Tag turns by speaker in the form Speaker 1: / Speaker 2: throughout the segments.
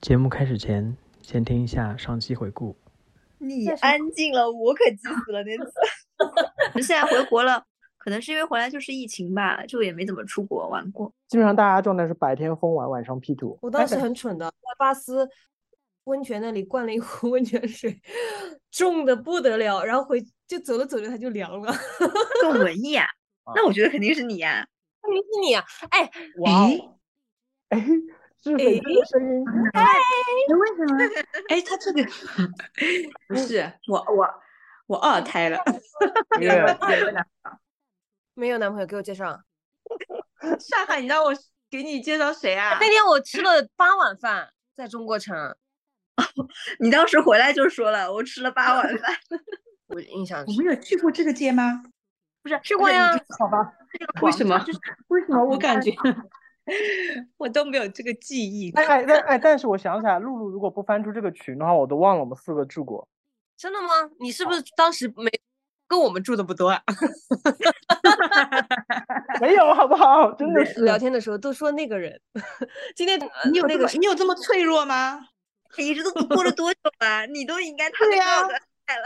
Speaker 1: 节目开始前，先听一下上期回顾。
Speaker 2: 你
Speaker 3: 哎
Speaker 2: 安静了，我可急死了那次。
Speaker 4: 我 们现在回国了，可能是因为回来就是疫情吧，就也没怎么出国玩过。
Speaker 3: 基本上大家状态是白天疯玩，晚上 P 图。
Speaker 5: 我当时很蠢的，在巴斯温泉那里灌了一壶 温泉水，重的不得了，然后回就走着走着它就凉了。
Speaker 4: 更文艺啊？那我觉得肯定是你呀、
Speaker 5: 肯定是你啊！哎，
Speaker 3: 哇哦！哎，是翡翠的声音。
Speaker 2: 为什么？
Speaker 4: 哎，他这个不是我我我二胎了，
Speaker 3: 没有
Speaker 5: 没有男朋友，给我介绍。啊
Speaker 4: 上海，你让我给你介绍谁啊
Speaker 5: 那天我吃了八碗饭，在中国城，
Speaker 4: 你当时回来就说了，我吃了八碗 饭。
Speaker 5: 我印象
Speaker 2: 我
Speaker 5: 是
Speaker 2: 们有去过这个街吗？
Speaker 4: 不是
Speaker 5: 去过呀，
Speaker 3: 好吧，
Speaker 4: 为什么？
Speaker 2: 为什么
Speaker 6: 哦
Speaker 2: 我感觉？
Speaker 4: 我都没有这个记忆。
Speaker 3: 哎哎但哎，但是我想起来，露露如果不翻出这个群的话，我都忘了我们四个住过。
Speaker 5: 真的吗？你是不是当时没跟我们住的不多啊？
Speaker 3: 没有，好不好？真的是
Speaker 5: 聊天的时候都说那个人， 今天呃
Speaker 2: 你有
Speaker 5: 那
Speaker 2: 这
Speaker 5: 个
Speaker 2: 么你有这么脆弱吗？
Speaker 4: 你一直都过了多久了？你都应该谈
Speaker 2: 对
Speaker 4: 恋
Speaker 2: 呀
Speaker 4: 爱的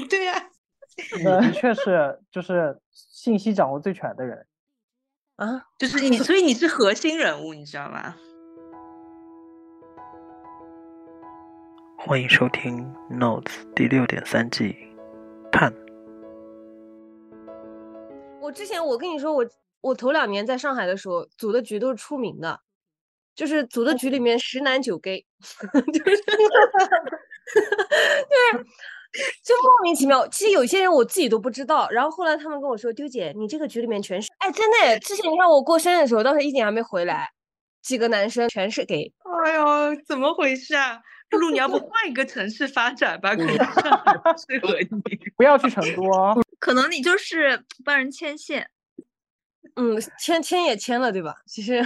Speaker 4: 了。
Speaker 2: 对呀、
Speaker 3: 你呃的确是就是信息掌握最全的人。
Speaker 5: 啊，
Speaker 7: 就是你，所以你是核心人物，你知道吗？
Speaker 1: 欢迎收听 Notes 第六点三季，盼
Speaker 5: 我之前我跟你说，我我头两年在上海的时候组的局都是出名的，就是组的局里面十男九 gay，就是 就是就莫名其妙。其实有些人我自己都不知道，然后后来他们跟我说：“丢姐，你这个局里面全是……哎，真的耶，之前你看我过生日的时候，当时一点还没回来，几个男生全是 gay。
Speaker 7: 哎呦，怎么回事啊？露露，你要不换一个城市发展吧？可能上海不适合你。
Speaker 3: 不要去成都哦，
Speaker 4: 可能你就是帮人牵线，
Speaker 5: 嗯，签签也签了，对吧？其实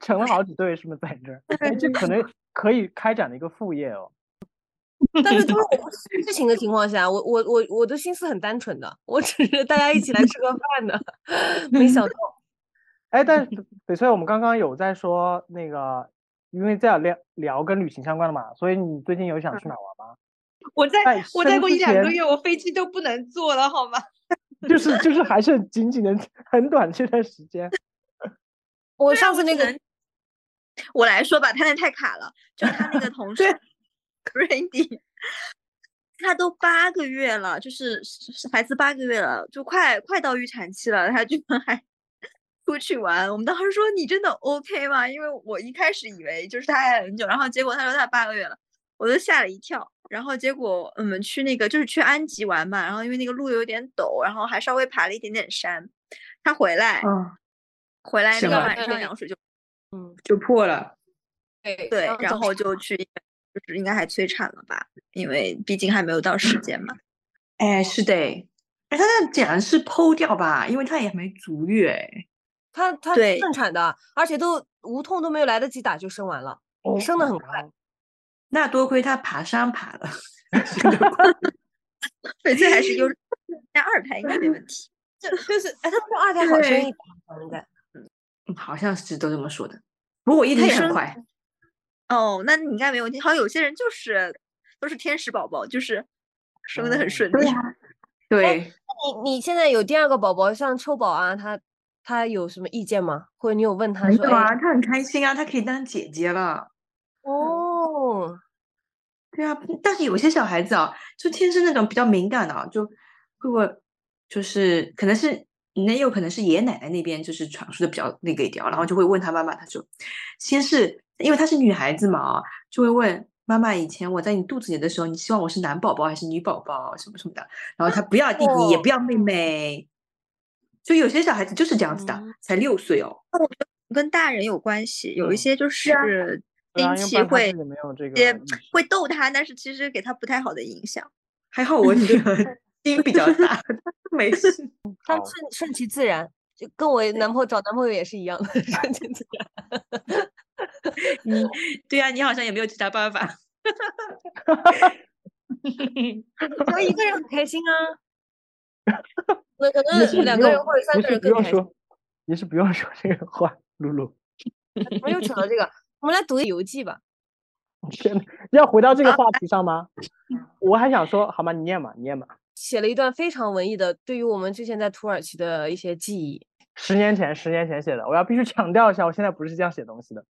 Speaker 3: 成了好几对，是不是在这儿？哎这可能可以开展的一个副业哦。
Speaker 5: 但是都是我不知情的情况下，我我我我的心思很单纯的，我只是大家一起来吃个饭的，没想到
Speaker 3: 哎，但是翡翠，我们刚刚有在说那个，因为在聊聊跟旅行相关的嘛，所以你最近有想去哪儿玩吗？
Speaker 7: 我在
Speaker 3: 在
Speaker 7: 我再
Speaker 3: 生
Speaker 7: 过
Speaker 3: 之
Speaker 7: 一两个
Speaker 3: 前
Speaker 7: 月，我飞机都不能坐了，好吗？
Speaker 3: 就是就是还是仅仅的很短这段时间。
Speaker 4: 啊
Speaker 5: 我上次那个
Speaker 4: 我来说吧，他那太卡了，就他那 个同事 Randy，他都八个月了，就是是是孩子八个月了，就快快到预产期了，他居然还 出去玩。我们当时说你真的 OK 吗？因为我一开始以为就是他还很久，然后结果他说他八个月了，我都吓了一跳。然后结果我们去那个就是去安吉玩嘛，然后因为那个路有点陡，然后还稍微爬了一点点山。他回来、
Speaker 5: 哦
Speaker 7: 啊，
Speaker 4: 回来那
Speaker 7: 醒
Speaker 4: 个
Speaker 7: 了
Speaker 4: 晚上凉水就
Speaker 5: 嗯
Speaker 7: 就破了。
Speaker 5: 对
Speaker 4: 对，
Speaker 3: 嗯
Speaker 4: 然后
Speaker 5: 就
Speaker 4: 就去医院，就是应该还催产了吧，因为毕竟还没有到 时间嘛。
Speaker 7: 哎，是的。哎，他那讲是剖掉吧，因为他也还没足月。哎，
Speaker 5: 她她
Speaker 4: 对
Speaker 5: 顺产的，而且都无痛都没有来得及打就生完了，
Speaker 3: 哦
Speaker 5: 生的很快。
Speaker 7: 那多亏他爬山爬了。
Speaker 4: 翡翠还是优，那二胎应该没问 题。
Speaker 5: 就就是哎，她不是二胎好生
Speaker 7: 对
Speaker 5: 一点吗，应该
Speaker 7: 嗯好像是都这么说的。不过我一胎
Speaker 4: 你
Speaker 7: 也很
Speaker 4: 生
Speaker 7: 快，
Speaker 4: 哦，那你应该没问题。好像有些人就是都是天使宝宝，就是生的很
Speaker 3: 哦
Speaker 4: 顺
Speaker 7: 对
Speaker 4: 利。
Speaker 7: 呀对，
Speaker 5: 你你现在有第二个宝宝，像秋宝啊，她她有什么意见吗？或者你有问她
Speaker 7: 没
Speaker 5: 说
Speaker 7: 有
Speaker 5: 哎
Speaker 7: 啊，他很开心啊，他可以当姐姐了。
Speaker 5: 哦，
Speaker 7: 对啊，但是有些小孩子啊，就天生那种比较敏感的啊，就会不会就是可能是那有可能是爷爷奶奶那边就是传输的比较那个一点啊，然后就会问他妈妈，他说先是因为她是女孩子嘛啊，就会问妈妈以前我在你肚子里的时候，你希望我是男宝宝还是女宝宝什么什么的，然后他不要弟弟也
Speaker 5: 哦
Speaker 7: 不要妹妹，就有些小孩子就是这样子的，
Speaker 5: 嗯
Speaker 7: 才六岁哦。
Speaker 4: 跟大人有关系，有一
Speaker 3: 嗯
Speaker 4: 些就
Speaker 7: 啊
Speaker 4: 是
Speaker 3: 对啊
Speaker 4: 亲
Speaker 3: 因为
Speaker 4: 戚
Speaker 3: 不
Speaker 4: 会
Speaker 3: 然他自己没有这个
Speaker 4: 也
Speaker 3: 意识
Speaker 4: 会逗他，但是其实给他不太好的影响。
Speaker 7: 还好我女 儿心比较大，没事。
Speaker 5: 她
Speaker 3: 好
Speaker 5: 顺顺其自然，就跟我男朋友找男朋友也是一样的 顺其自然。
Speaker 7: 你 对啊，你好像也没有其他办法。
Speaker 5: 我一个人很开心啊。那可
Speaker 3: 也是
Speaker 5: 能嗯两
Speaker 3: 不
Speaker 5: 个
Speaker 3: 用
Speaker 5: 人或者三
Speaker 3: 也
Speaker 5: 个
Speaker 3: 是
Speaker 5: 人
Speaker 3: 不
Speaker 5: 更
Speaker 3: 用
Speaker 5: 开心。
Speaker 3: 说，也是不用说这个话，露露。
Speaker 5: 怎么又扯到这个？我们来读《游记》吧。
Speaker 3: 天呐，要回到这
Speaker 5: 啊
Speaker 3: 个话题上吗？我还想说，好吗？你念吧，你念吧。
Speaker 5: 写了一段非常文艺的，对于我们之前在土耳其的一些记忆。
Speaker 3: 十年前，十年前写的，我要必须强调一下，我现在不是这样写东西的。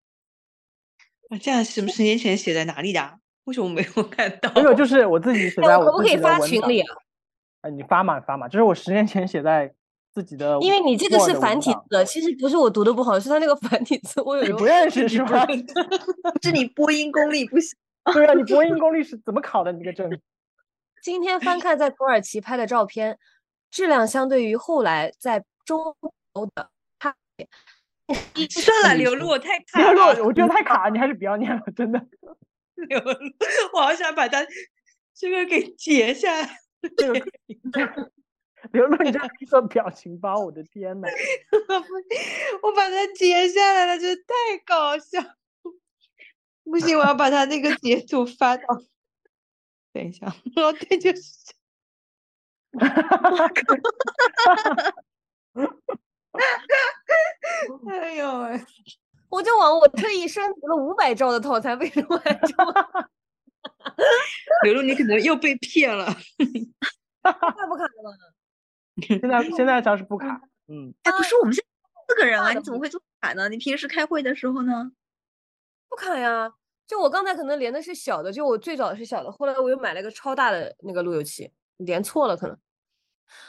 Speaker 7: 我啊这样是不是十年前写在哪里的啊？为什么没有看到？
Speaker 3: 没有，就是我自己写在
Speaker 5: 我可不
Speaker 3: 自
Speaker 5: 可以
Speaker 3: 己的
Speaker 5: 发
Speaker 3: 文
Speaker 5: 群
Speaker 3: 档
Speaker 5: 里啊
Speaker 3: 里？哎，你发嘛，你发嘛，这是我十年前写在自己的 Word 文档，
Speaker 5: 因为你这个是繁体字的，其实不是我读的不好，是他那个繁体字我有
Speaker 3: 你
Speaker 5: 时候
Speaker 3: 不认识是吧？
Speaker 2: 是你播音功力不行。
Speaker 3: 对啊，你播音功力是怎么考的？你 这个证？
Speaker 5: 今天翻看在土耳其拍的照片，质量相对于后来在中欧的差别。
Speaker 7: 算了，刘露，我太
Speaker 3: 不
Speaker 7: 卡
Speaker 3: 要
Speaker 7: 了，
Speaker 3: 说，我觉得太卡了，你还是不要念了，真的。
Speaker 7: 刘露，我好想把它这个给截下来。
Speaker 3: 这个刘露，你这黑色表情包，我的天呐！
Speaker 7: 我把它截下来了，这太搞笑了。不行，我要把它那个截图发到。等一下， 哦，对，就是这样。哎呦喂，
Speaker 5: 我就往我特意删除了五百兆的套餐，为什么还 这么？
Speaker 7: 刘露，你可能又被骗了。
Speaker 5: 太不卡了吧？
Speaker 3: 现在现在倒是不卡，嗯，
Speaker 4: 哎，不是，我们是四 个人啊，
Speaker 5: 大的
Speaker 4: 你怎么会做卡呢？你平时开会的时候呢？
Speaker 5: 不卡呀！就我刚才可能连的是小的，就我最早的是小的，后来我又买了个超大的那个路由器，连错了可能。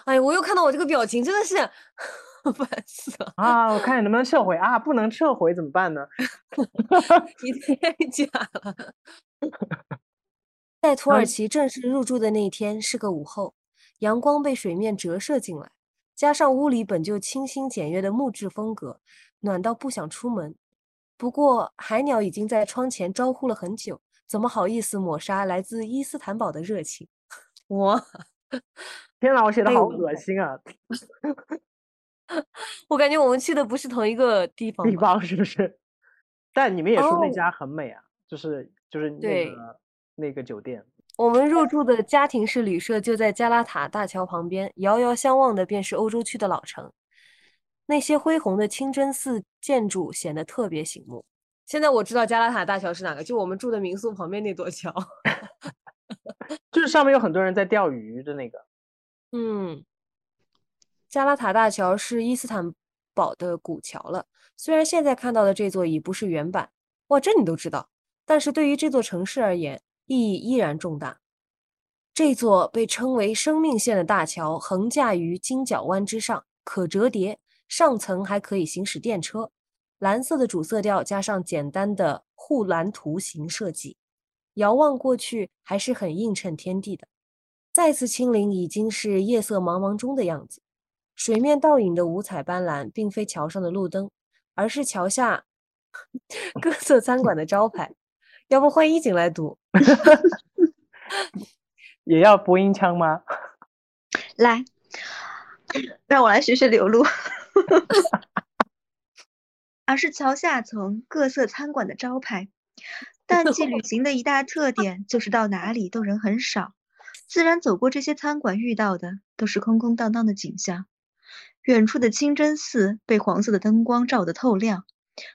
Speaker 5: 哎呀，我又看到我这个表情，真的是 烦死了！
Speaker 3: 啊，我看你能不能撤回啊？不能撤回怎么办呢？
Speaker 5: 你太假了。在土耳其正式入住的那一天是个午后，阳光被水面折射进来，加上屋里本就清新简约的木质风格，暖到不想出门。不过海鸟已经在窗前招呼了很久，怎么好意思抹杀来自伊斯坦堡的热情？我
Speaker 3: 天呐，我写的
Speaker 5: 哎呦
Speaker 3: 好
Speaker 5: 我的
Speaker 3: 恶心啊！
Speaker 5: 我感觉我们去的不是同一个地方
Speaker 3: 地
Speaker 5: 吧？
Speaker 3: 方是不是？ 但你们也说那
Speaker 5: 哦
Speaker 3: 家很美啊，就是就是那
Speaker 5: 对
Speaker 3: 个那个酒店，
Speaker 5: 我们入住的家庭式旅社就在加拉塔大桥旁边，遥遥相望的便是欧洲区的老城。那些恢宏的清真寺建筑显得特别醒目。现在我知道加拉塔大桥是哪个，就我们住的民宿旁边那座桥。
Speaker 3: 就是上面有很多人在钓鱼的那个。
Speaker 5: 嗯，加拉塔大桥是伊斯坦堡的古桥了，虽然现在看到的这座已不是原版，哇，这你都知道，但是对于这座城市而言，意义依然重大。这座被称为“生命线”的大桥横架于金角湾之上，可折叠，上层还可以行驶电车。蓝色的主色调加上简单的护栏图形设计，遥望过去还是很映衬天地的。再次亲临已经是夜色茫茫中的样子，水面倒影的五彩斑斓，并非桥上的路灯，而是桥下 各色餐馆的招牌。要不换衣锦来读？
Speaker 3: 也要播音腔吗？
Speaker 4: 来， 让我来学学刘露。而是桥下层各色餐馆的招牌。淡季旅行的一大特点就是到哪里都人很少，自然走过这些餐馆遇到的都是空空荡荡的景象。远处的清真寺被黄色的灯光照得透亮，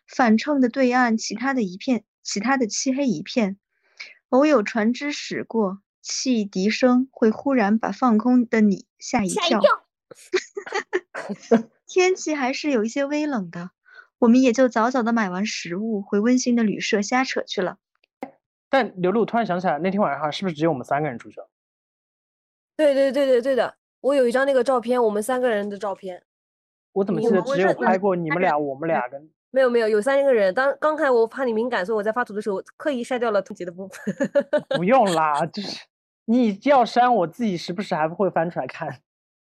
Speaker 4: 反衬的对岸其他的一片，其他的漆黑一片。偶有船只驶过，汽笛声会忽然把放空的你吓一跳。 天气还是有一些微冷的，我们也就早早的买完食物，回温馨的旅社瞎扯去了。
Speaker 3: 但刘露突然想起来，那天晚上好像是不是只有我们三个人出去了？
Speaker 5: 对对对对对的，我有一张那个照片，我们三个人的照片。
Speaker 3: 我怎么
Speaker 5: 你
Speaker 3: 记得
Speaker 5: 我
Speaker 3: 只
Speaker 5: 是
Speaker 3: 有
Speaker 5: 那
Speaker 3: 拍过你们俩、我们俩跟
Speaker 5: 没有没有，有三个人。当刚才我怕你敏感，所以我在发图的时候刻意筛掉了图解的部分。
Speaker 3: 不用啦，就是你要删，我自己时不时还会翻出来看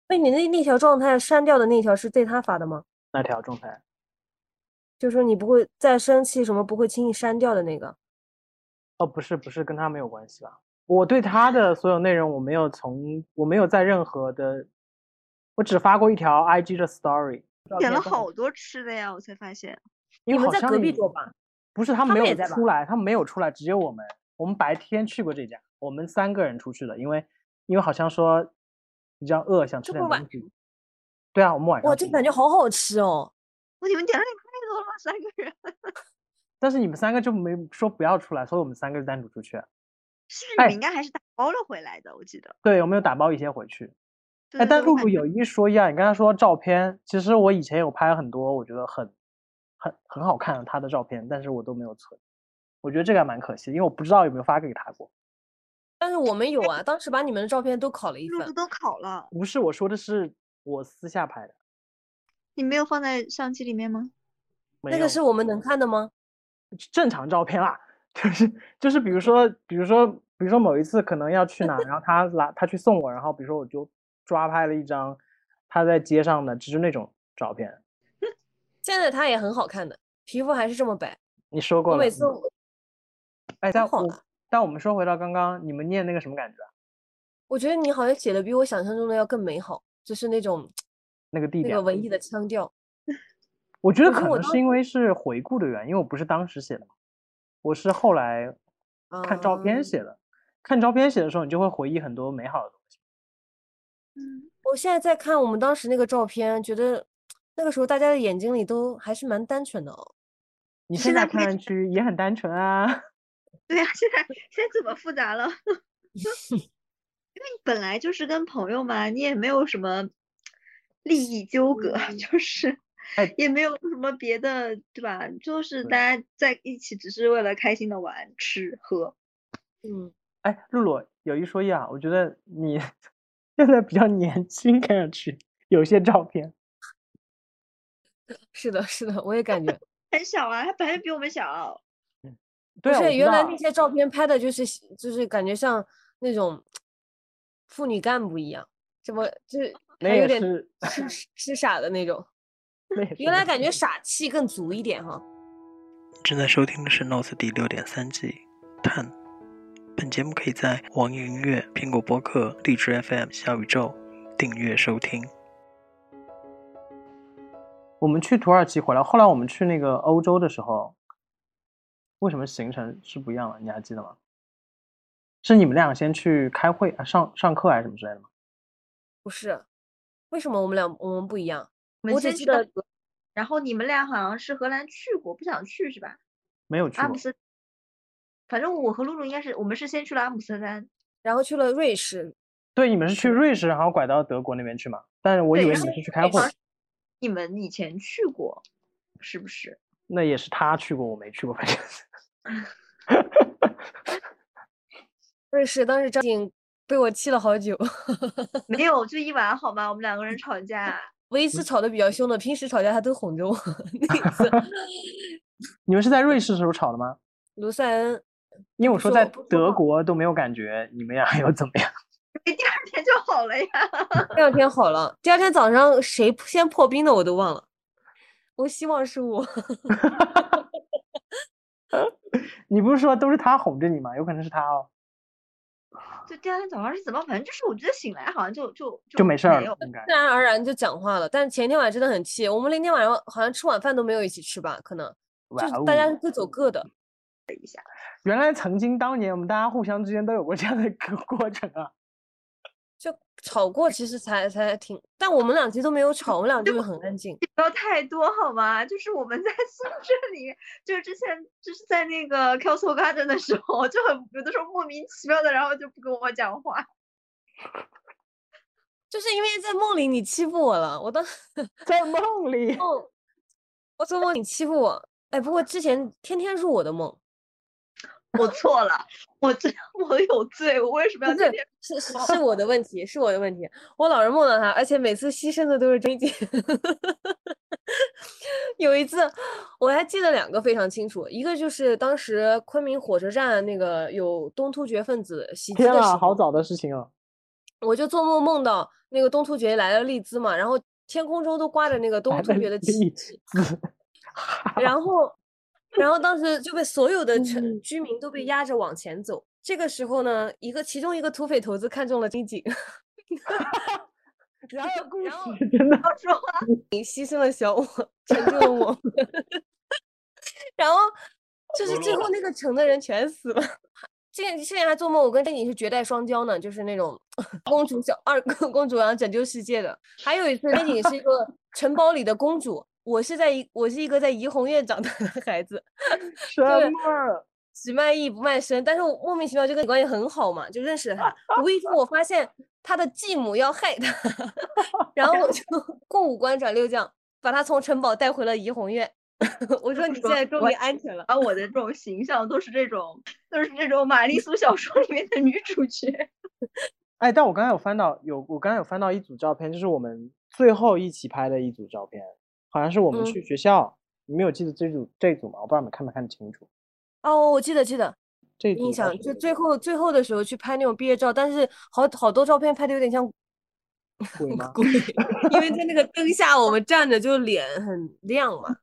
Speaker 5: 哎，你那那条状态删掉的那条是对他发的吗？
Speaker 3: 那条状态。
Speaker 5: 就是说你不会再生气什么，不会轻易删掉的那个。
Speaker 3: 哦，不是不是，跟他没有关系吧？我对他的所有内容，我没有从我没有在任何的，我只发过一条 IG 的 story，照
Speaker 4: 点
Speaker 3: 片
Speaker 4: 了
Speaker 3: 都没
Speaker 4: 好多吃的呀，我才发现。
Speaker 3: 因为
Speaker 5: 你们
Speaker 3: 好
Speaker 5: 在
Speaker 3: 像
Speaker 5: 隔壁
Speaker 3: 你
Speaker 5: 桌吧？
Speaker 3: 不是，他
Speaker 5: 他
Speaker 3: 没
Speaker 5: 们
Speaker 3: 有
Speaker 5: 也在吧
Speaker 3: 出来，他们没有出来，只有我们。我们白天去过这家，我们三个人出去的，因为因为好像说比较饿，想吃
Speaker 5: 这
Speaker 3: 点
Speaker 5: 么晚
Speaker 3: 东西。对啊，我们晚上
Speaker 5: 哇，这
Speaker 3: 去
Speaker 5: 感
Speaker 3: 的
Speaker 5: 觉好好吃哦！
Speaker 4: 我你们点了也太多了吧，三个人。
Speaker 3: 但是你们三个就没说不要出来，所以我们三个就单独出去。
Speaker 4: 是
Speaker 3: 哎
Speaker 4: 你们应该还是打包了回来的，我记得。
Speaker 3: 对，我们有打包一些回去。
Speaker 4: 对
Speaker 3: 哎，
Speaker 4: 对
Speaker 3: 但
Speaker 4: 对
Speaker 3: 露
Speaker 4: 我感
Speaker 3: 露有一说一啊，你刚才说照片，其实我以前有拍很多，我觉得很很很好看的她的照片，但是我都没有存。我觉得这个还蛮可惜，因为我不知道有没有发给她过。
Speaker 5: 但是我们有啊，当时把你们的照片都拷了一
Speaker 4: 露露
Speaker 5: 份。
Speaker 4: 都考了，
Speaker 3: 不是，我说的是我私下拍的，
Speaker 4: 你没有放在相机里面吗？
Speaker 3: 没
Speaker 5: 那个
Speaker 3: 有
Speaker 5: 是我们能看的吗？
Speaker 3: 正常照片啦， 就是就是比如说比如说比如说某一次可能要去哪，然后 他拿他去送我，然后比如说我就抓拍了一张他在街上的，只是那种照片。
Speaker 5: 现在它也很好看的，皮肤还是这么白。
Speaker 3: 你说过
Speaker 5: 我
Speaker 3: 了，
Speaker 5: 每次
Speaker 3: 嗯
Speaker 5: 我
Speaker 3: 哎，但
Speaker 5: 好
Speaker 3: 我
Speaker 5: 了
Speaker 3: 但我们说回到刚刚，你们念那个什么感觉啊？
Speaker 5: 我觉得你好像写的比我想象中的要更美好，就是那种
Speaker 3: 那个地
Speaker 5: 那
Speaker 3: 点嗯
Speaker 5: 个，文艺的腔调。
Speaker 3: 我觉得
Speaker 5: 我觉
Speaker 3: 可
Speaker 5: 得我
Speaker 3: 能
Speaker 5: 当
Speaker 3: 是因为是回顾的原因，因为我不是当时写的嘛，我是后来看照片
Speaker 5: 嗯
Speaker 3: 写的。看照片写的时候，你就会回忆很多美好的东西。
Speaker 4: 嗯，
Speaker 5: 我现在在看我们当时那个照片，觉得那个时候大家的眼睛里都还是蛮单纯的哦。
Speaker 3: 你
Speaker 4: 现
Speaker 3: 现
Speaker 4: 在
Speaker 3: 在
Speaker 4: 不
Speaker 3: 看
Speaker 4: 也
Speaker 3: 上去也很单纯啊。
Speaker 4: 对呀、现在现在怎么复杂了？ 因为你本来就是跟朋友嘛，你也没有什么利益纠葛， 就是
Speaker 3: 哎
Speaker 4: 也没有什么别的，对吧？就是
Speaker 3: 对
Speaker 4: 大家在一起只是为了开心的玩、吃、喝。
Speaker 5: 嗯，
Speaker 3: 哎，露露，有一说一啊，我觉得你 现在比较年轻，看上去有些照片。
Speaker 5: 是的，是的，我也感觉。
Speaker 4: 很小啊，他本来就比我们小，
Speaker 3: 对、啊，
Speaker 5: 不
Speaker 3: 我
Speaker 5: 是
Speaker 3: 知
Speaker 5: 原来
Speaker 3: 道
Speaker 5: 那些照片拍的就是就是感觉像那种妇女干部一样，这么就是
Speaker 3: 那
Speaker 5: 还有
Speaker 3: 也
Speaker 5: 点
Speaker 3: 是，
Speaker 5: 痴痴痴傻的那种。
Speaker 3: 那也是
Speaker 5: 原来
Speaker 3: 没
Speaker 5: 感觉
Speaker 3: 事
Speaker 5: 傻气更足一点哈。
Speaker 1: 正在收听的是《Notes》第六点三季《探》。本节目可以在网易云音乐、苹果播客、荔枝 FM、小宇宙订阅收听。
Speaker 3: 我们去土耳其回来，后来我们去那个欧洲的时候，为什么行程是不一样的？你还记得吗？是你们俩先去开会、啊、上上课还是什么之类的吗？
Speaker 5: 不是，为什么我们俩我们不一样？
Speaker 4: 我们
Speaker 5: 我只
Speaker 4: 先
Speaker 5: 记
Speaker 4: 去了
Speaker 5: 得
Speaker 4: 荷，然后你们俩好像是荷兰去过，不想去是吧？
Speaker 3: 没有去
Speaker 4: 阿
Speaker 3: 过
Speaker 4: 姆，斯，反正我和露露应该是我们是先去了阿姆斯特丹，
Speaker 5: 然后去了瑞士，
Speaker 3: 对，你们是去瑞士，然后拐到德国那边去嘛？但是我以
Speaker 4: 对
Speaker 3: 为
Speaker 4: 然
Speaker 3: 你
Speaker 4: 后
Speaker 3: 们是去开会
Speaker 4: 好，像你们以前去过，是不是？
Speaker 3: 那也是他去过，我没去过，反正。
Speaker 5: 瑞士当时张静被我气了好久，
Speaker 4: 没有，就一晚好吗？我们两个人吵架，
Speaker 5: 唯一
Speaker 3: 嗯
Speaker 5: 一次吵得比较凶的，平时吵架他都哄着我。那一 次
Speaker 3: 你们是在瑞士时候吵的吗？
Speaker 5: 卢塞恩
Speaker 3: 因为
Speaker 5: 不
Speaker 3: 我说
Speaker 5: 说
Speaker 3: 在
Speaker 5: 不说
Speaker 3: 德
Speaker 5: 话
Speaker 3: 国都没有感觉，你们俩 又怎么样？
Speaker 4: 第二天就好了呀。
Speaker 5: 第二天好了，第二天早上谁先破冰的我都忘了，我希望是我。
Speaker 3: 你不是说都是他哄着你吗？有可能是他哦，
Speaker 4: 就第二天早上是怎么？反正就是我觉得醒来好像就就
Speaker 3: 就没事儿
Speaker 4: 有
Speaker 3: 了，应该
Speaker 5: 自。然而然就讲话了。但是前天晚上真的很气，我们那天晚上好像吃晚饭都没有一起吃吧？可能就
Speaker 3: 哇
Speaker 5: 是
Speaker 3: 哦
Speaker 5: 大家各走各的。
Speaker 3: 原来曾经当年我们大家互相之间都有过这样的一个 过程啊。
Speaker 5: 就吵过，其实才才挺，但我们俩其实都没有吵，我们俩就是很安静。
Speaker 4: 不要太多好吗？就是我们在宿舍里面，就是之前就是在那个 k e l s o Garden 的时候，就很有的时候莫名其妙的，然后就不跟我讲话。
Speaker 5: 就是因为在梦里你欺负我了，我当时
Speaker 3: 在梦里，
Speaker 5: 梦，我做梦你欺负我。哎，不过之前天天入我的梦，
Speaker 4: 我错了，我真我有罪，我为什么要
Speaker 5: 不
Speaker 4: 天
Speaker 5: 是
Speaker 4: 天？
Speaker 5: 是是是我的问题，是我的问题，我老是梦到他，而且每次牺牲的都是真姐。 有一次，我还记得两个非常清楚，一个就是当时昆明火车站那个有东突厥分子袭击
Speaker 3: 天
Speaker 5: 的时
Speaker 3: 啊，
Speaker 5: 候
Speaker 3: 好，早的事情啊！
Speaker 5: 我就做梦梦到那个东突厥来了利兹嘛，然后天空中都挂着那个东
Speaker 3: 来
Speaker 5: 突
Speaker 3: 了
Speaker 5: 厥的旗
Speaker 3: 一
Speaker 5: 帜，
Speaker 3: 次
Speaker 5: 然后，然后当时就被所有
Speaker 3: 嗯
Speaker 5: 的城居民都被压着往前走。这个时候呢，一个其中一个土匪头子看中了金井，
Speaker 3: 然后故
Speaker 5: 然后
Speaker 3: 事真的
Speaker 4: 不要说 话，
Speaker 5: 你牺牲了小我，成就了我 们，然后就是最后那个城的人全死了。 之前之前还做梦，我跟珍妮是绝代双骄呢，就是那种公啊主小二公主要拯救世界的。还有一次，珍妮是一个城堡里的公主，我是在一我是一个在怡红院长大的孩子，
Speaker 3: 什么？
Speaker 5: 只卖艺不卖身，但是我莫名其妙就跟你关系很好嘛，就认识了他。无意中我发现他的继母要害他， 然后 我就过五关斩六将，把他从城堡带回了怡红院。 我说你现在终于安全了。
Speaker 4: 而我的这种形象都是这种，都是这种玛丽苏小说里面的女主角。
Speaker 3: 哎，但我刚才有翻到有，我刚才有翻到一组照片，就是我们最后一起拍的一组照片，好像是我们
Speaker 5: 嗯
Speaker 3: 去学校。你们有记得这组这组吗？我不知道你们看没看得清楚。
Speaker 5: 哦，我记得记得，
Speaker 3: 这组
Speaker 5: 印
Speaker 3: 倒
Speaker 5: 象
Speaker 3: 是
Speaker 5: 就最后最后的时候去拍那种毕业照，但是好好多照片拍的有点像
Speaker 3: 鬼吗？
Speaker 5: 鬼， 因为在那个灯下我们站着就脸很亮 嘛。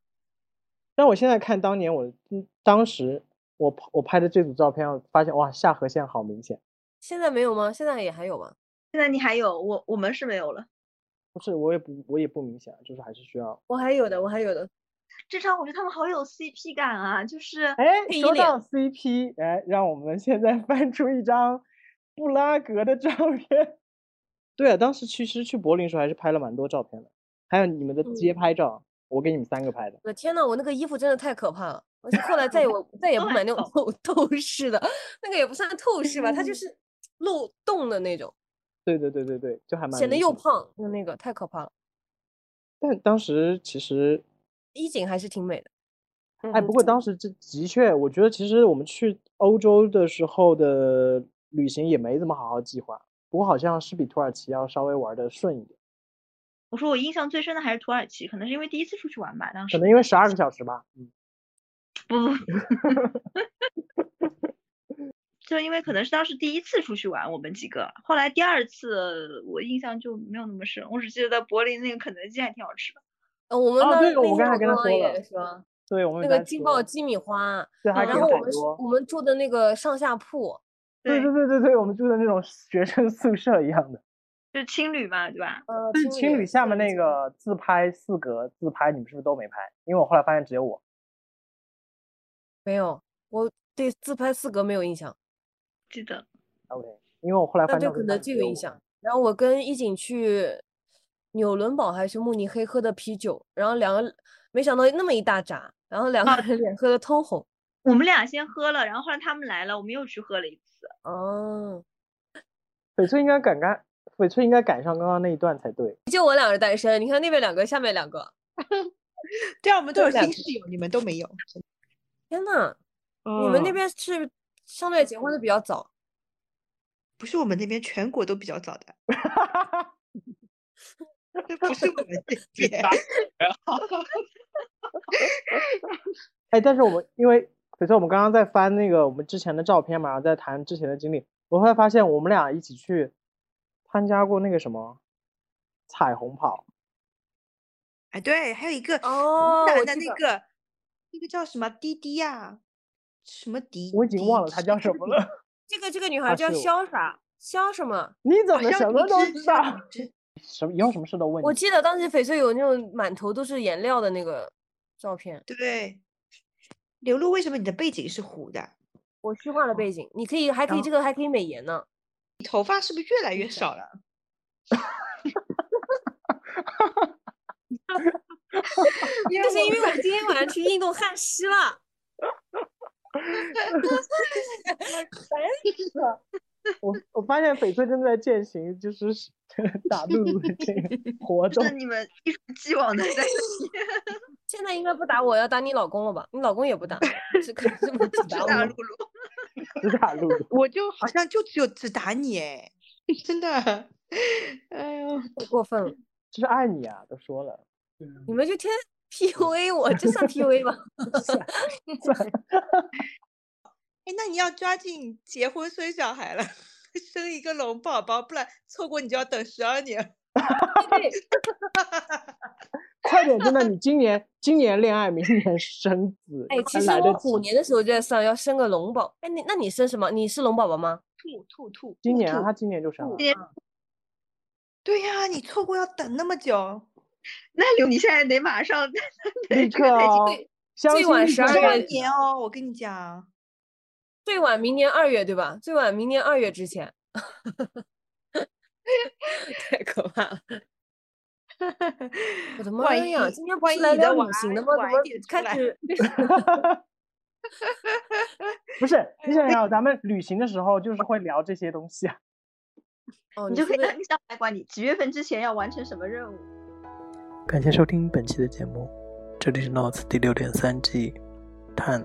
Speaker 3: 但我现在看当年我嗯当时我拍我拍的这组照片，我发现哇下颌线好明显。
Speaker 5: 现在没有吗？现在也还有吗？
Speaker 4: 现在你还有我，我们是没有了。
Speaker 3: 不是，我也不我也不明显，就是还是需要。
Speaker 5: 我还有的，我还有的。
Speaker 4: 这张我觉得他们好有 CP 感啊，就是
Speaker 3: 哎，
Speaker 5: 配
Speaker 3: 说
Speaker 5: 一脸
Speaker 3: 到 CP，哎，让我们现在 翻出一张布拉格的照片。 对啊，当时其实去柏林的时候还是拍了蛮多照片的，还有你们的
Speaker 5: 嗯
Speaker 3: 街拍照，我给你们三个拍的。
Speaker 5: 我的天呐，我那个衣服真的太可怕了！我是后来 再也我再也不
Speaker 4: 都
Speaker 5: 买
Speaker 4: 还
Speaker 5: 那种透透视的，那个也不算透
Speaker 3: 嗯
Speaker 5: 视吧，它就是漏洞的那种，
Speaker 3: 对对对对对，就还蛮
Speaker 5: 显得
Speaker 3: 明
Speaker 5: 又
Speaker 3: 显的。
Speaker 5: 胖，就那个太可怕了。
Speaker 3: 但当时其实
Speaker 5: 衣锦还是挺美的。
Speaker 3: 哎，
Speaker 5: 嗯
Speaker 3: 不过当时这的确，我觉得其实我们去欧洲的时候的旅行也没怎么好好计划，不过好像是比土耳其要稍微玩的顺一点，
Speaker 4: 我说我印象最深的还是土耳其，可能是因为第一次出去玩吧，当时
Speaker 3: 可能因为十二个小时吧。嗯，
Speaker 4: 不 不，就因为可能是当时第一次出去玩，我们几个，后来第二次我印象就没有那么深，我只记得在柏林那个肯德基还挺好吃的。
Speaker 5: 呃我们
Speaker 3: 哦
Speaker 5: 当
Speaker 3: 对
Speaker 5: 时
Speaker 3: 我
Speaker 5: 那
Speaker 3: 刚
Speaker 5: 天
Speaker 3: 才跟他
Speaker 5: 刚
Speaker 3: 说
Speaker 5: 刚也
Speaker 3: 了
Speaker 5: 说
Speaker 3: 对，我们
Speaker 5: 那
Speaker 3: 有
Speaker 5: 个
Speaker 3: 在
Speaker 5: 劲
Speaker 3: 说
Speaker 5: 爆鸡米花，
Speaker 3: 对，还
Speaker 4: 嗯
Speaker 5: 然
Speaker 3: 点
Speaker 5: 后我
Speaker 3: 很
Speaker 5: 们是
Speaker 3: 多。
Speaker 5: 我们住的那个上下铺，
Speaker 3: 对对对对对，我们住的那种学生宿舍一样的。
Speaker 4: 就青旅嘛，对吧？
Speaker 5: 呃，
Speaker 3: 但是青旅下面那，个自拍四格自拍，你们是不是都没拍？因为我后来发现只有我。
Speaker 5: 没有，我对自拍四格没有印象。
Speaker 4: 记得
Speaker 3: OK，因为我后来
Speaker 5: 那
Speaker 3: 翻
Speaker 5: 对
Speaker 3: 照
Speaker 5: 肯
Speaker 3: 片
Speaker 5: 德
Speaker 3: 发现
Speaker 5: 基
Speaker 3: 只
Speaker 5: 有
Speaker 3: 有
Speaker 5: 印
Speaker 3: 我
Speaker 5: 象。然后我跟一景去纽伦堡还是慕尼黑喝的啤酒，然后两个没想到那么一大扎，然后两个人脸喝的通红。
Speaker 4: 我们俩先喝了，然后后来他们来了，我们又去喝了一次。
Speaker 5: 哦，
Speaker 3: 翡翠应该赶赶，翡翠应该赶上刚刚那一段才 对。
Speaker 5: 就我俩是单身，你看那边两个，下面两个。
Speaker 6: 对啊，我们都有
Speaker 5: 两
Speaker 6: 新
Speaker 5: 个
Speaker 6: 室友，你们都没有。
Speaker 5: 天呐，
Speaker 7: 哦
Speaker 5: 你们那
Speaker 3: 嗯
Speaker 5: 边是相对结婚的比较早，
Speaker 6: 不是我们那边全国都比较早的，这不是我们这边。
Speaker 3: 哎，但是我们因为翡翠，我们刚刚在翻那个我们之前的照片嘛，然后在谈之前的经历，我后来发现我们俩一起去参加过那个什么彩虹跑，
Speaker 6: 哎，对，还有一个
Speaker 5: 哦
Speaker 6: 男
Speaker 5: 我
Speaker 6: 的
Speaker 5: 记
Speaker 6: 那
Speaker 5: 得
Speaker 6: 个，那个叫什么滴滴呀，什么迪？
Speaker 3: 我已经
Speaker 6: 迪
Speaker 3: 忘了他
Speaker 6: 迪
Speaker 3: 叫什么了。
Speaker 5: 这个这个女
Speaker 3: 啊
Speaker 5: 孩叫
Speaker 3: 是我
Speaker 5: 潇洒潇什么？
Speaker 3: 你怎
Speaker 6: 好
Speaker 3: 么
Speaker 6: 像
Speaker 3: 什
Speaker 6: 你
Speaker 3: 么都
Speaker 6: 知
Speaker 3: 知
Speaker 6: 道
Speaker 3: 道？
Speaker 6: 你知
Speaker 3: 什么以后什么事都问
Speaker 5: 我
Speaker 3: 你。
Speaker 5: 记得当时翡翠有那种满头都是颜料的那个照片，
Speaker 6: 对，刘露，为什么你的背景是糊的？
Speaker 5: 我虚化了背景，你可以还可以
Speaker 6: 然
Speaker 5: 这个还可以美颜呢。
Speaker 6: 你头发是不是越来越少了？
Speaker 5: 那是因为我今天晚上去运动汗湿了。
Speaker 3: 我我发现翡翠正在践行就是 打露露的这个活
Speaker 4: 就
Speaker 3: 动
Speaker 4: 是。你们一如既往的在
Speaker 5: 现在应该不打我，要打你老公了吧？你老公也不打，只可能这么 只打
Speaker 4: 大
Speaker 5: 我
Speaker 4: 大
Speaker 5: 了
Speaker 4: 陆。路。
Speaker 3: 只打露露。
Speaker 6: 我就好像就只有只打你哎，真的，哎呦，
Speaker 5: 太过分了！
Speaker 3: 就是爱你啊，都说了。
Speaker 5: 你们就 天天 PUA 我，这算 PUA 吗？
Speaker 6: 哎，那你要抓紧结婚生小孩了， 生一个龙宝宝，不然错过你就要等十二年。
Speaker 5: 对对，
Speaker 3: 快点，真的，你今年今年恋爱，明年生子，
Speaker 5: 哎，
Speaker 3: 还
Speaker 5: 其实
Speaker 3: 来
Speaker 5: 我
Speaker 3: 得
Speaker 5: 虎
Speaker 3: 及。
Speaker 5: 年的时候就在算要生个龙宝。哎，你那你生什么？你是龙宝宝吗？
Speaker 6: 兔兔兔，
Speaker 3: 今
Speaker 6: 兔
Speaker 3: 年啊，
Speaker 6: 兔
Speaker 3: 他今年就生了。
Speaker 6: 对呀、你错过要等那么久，
Speaker 4: 那刘，你现在得马上，
Speaker 3: 立
Speaker 4: 这个
Speaker 3: 刻
Speaker 4: 得
Speaker 3: 哦
Speaker 5: 对，
Speaker 3: 相
Speaker 5: 最
Speaker 3: 信
Speaker 5: 晚
Speaker 3: 力
Speaker 5: 十
Speaker 3: 量
Speaker 5: 二
Speaker 6: 十二
Speaker 5: 月
Speaker 6: 年哦，我跟你讲，
Speaker 5: 最晚明年二月对吧？最晚明年二 月之前。太可怕了！我的妈
Speaker 6: 万
Speaker 5: 呀！
Speaker 6: 一
Speaker 5: 今天不
Speaker 6: 万
Speaker 5: 是
Speaker 6: 一
Speaker 5: 来
Speaker 6: 你的
Speaker 5: 聊
Speaker 6: 娃
Speaker 5: 旅行的吗？
Speaker 6: 晚一点出
Speaker 5: 怎么
Speaker 6: 来
Speaker 5: 开 始
Speaker 3: 不是，你想想，咱们旅行的时候就是会聊这些东西啊。
Speaker 5: 哦，
Speaker 4: 你就可以
Speaker 5: 说的
Speaker 4: 让上来管你几月份之前要完成什么任务。
Speaker 1: 感谢收听本期的节目，这里是 Notes 第六点三季碳。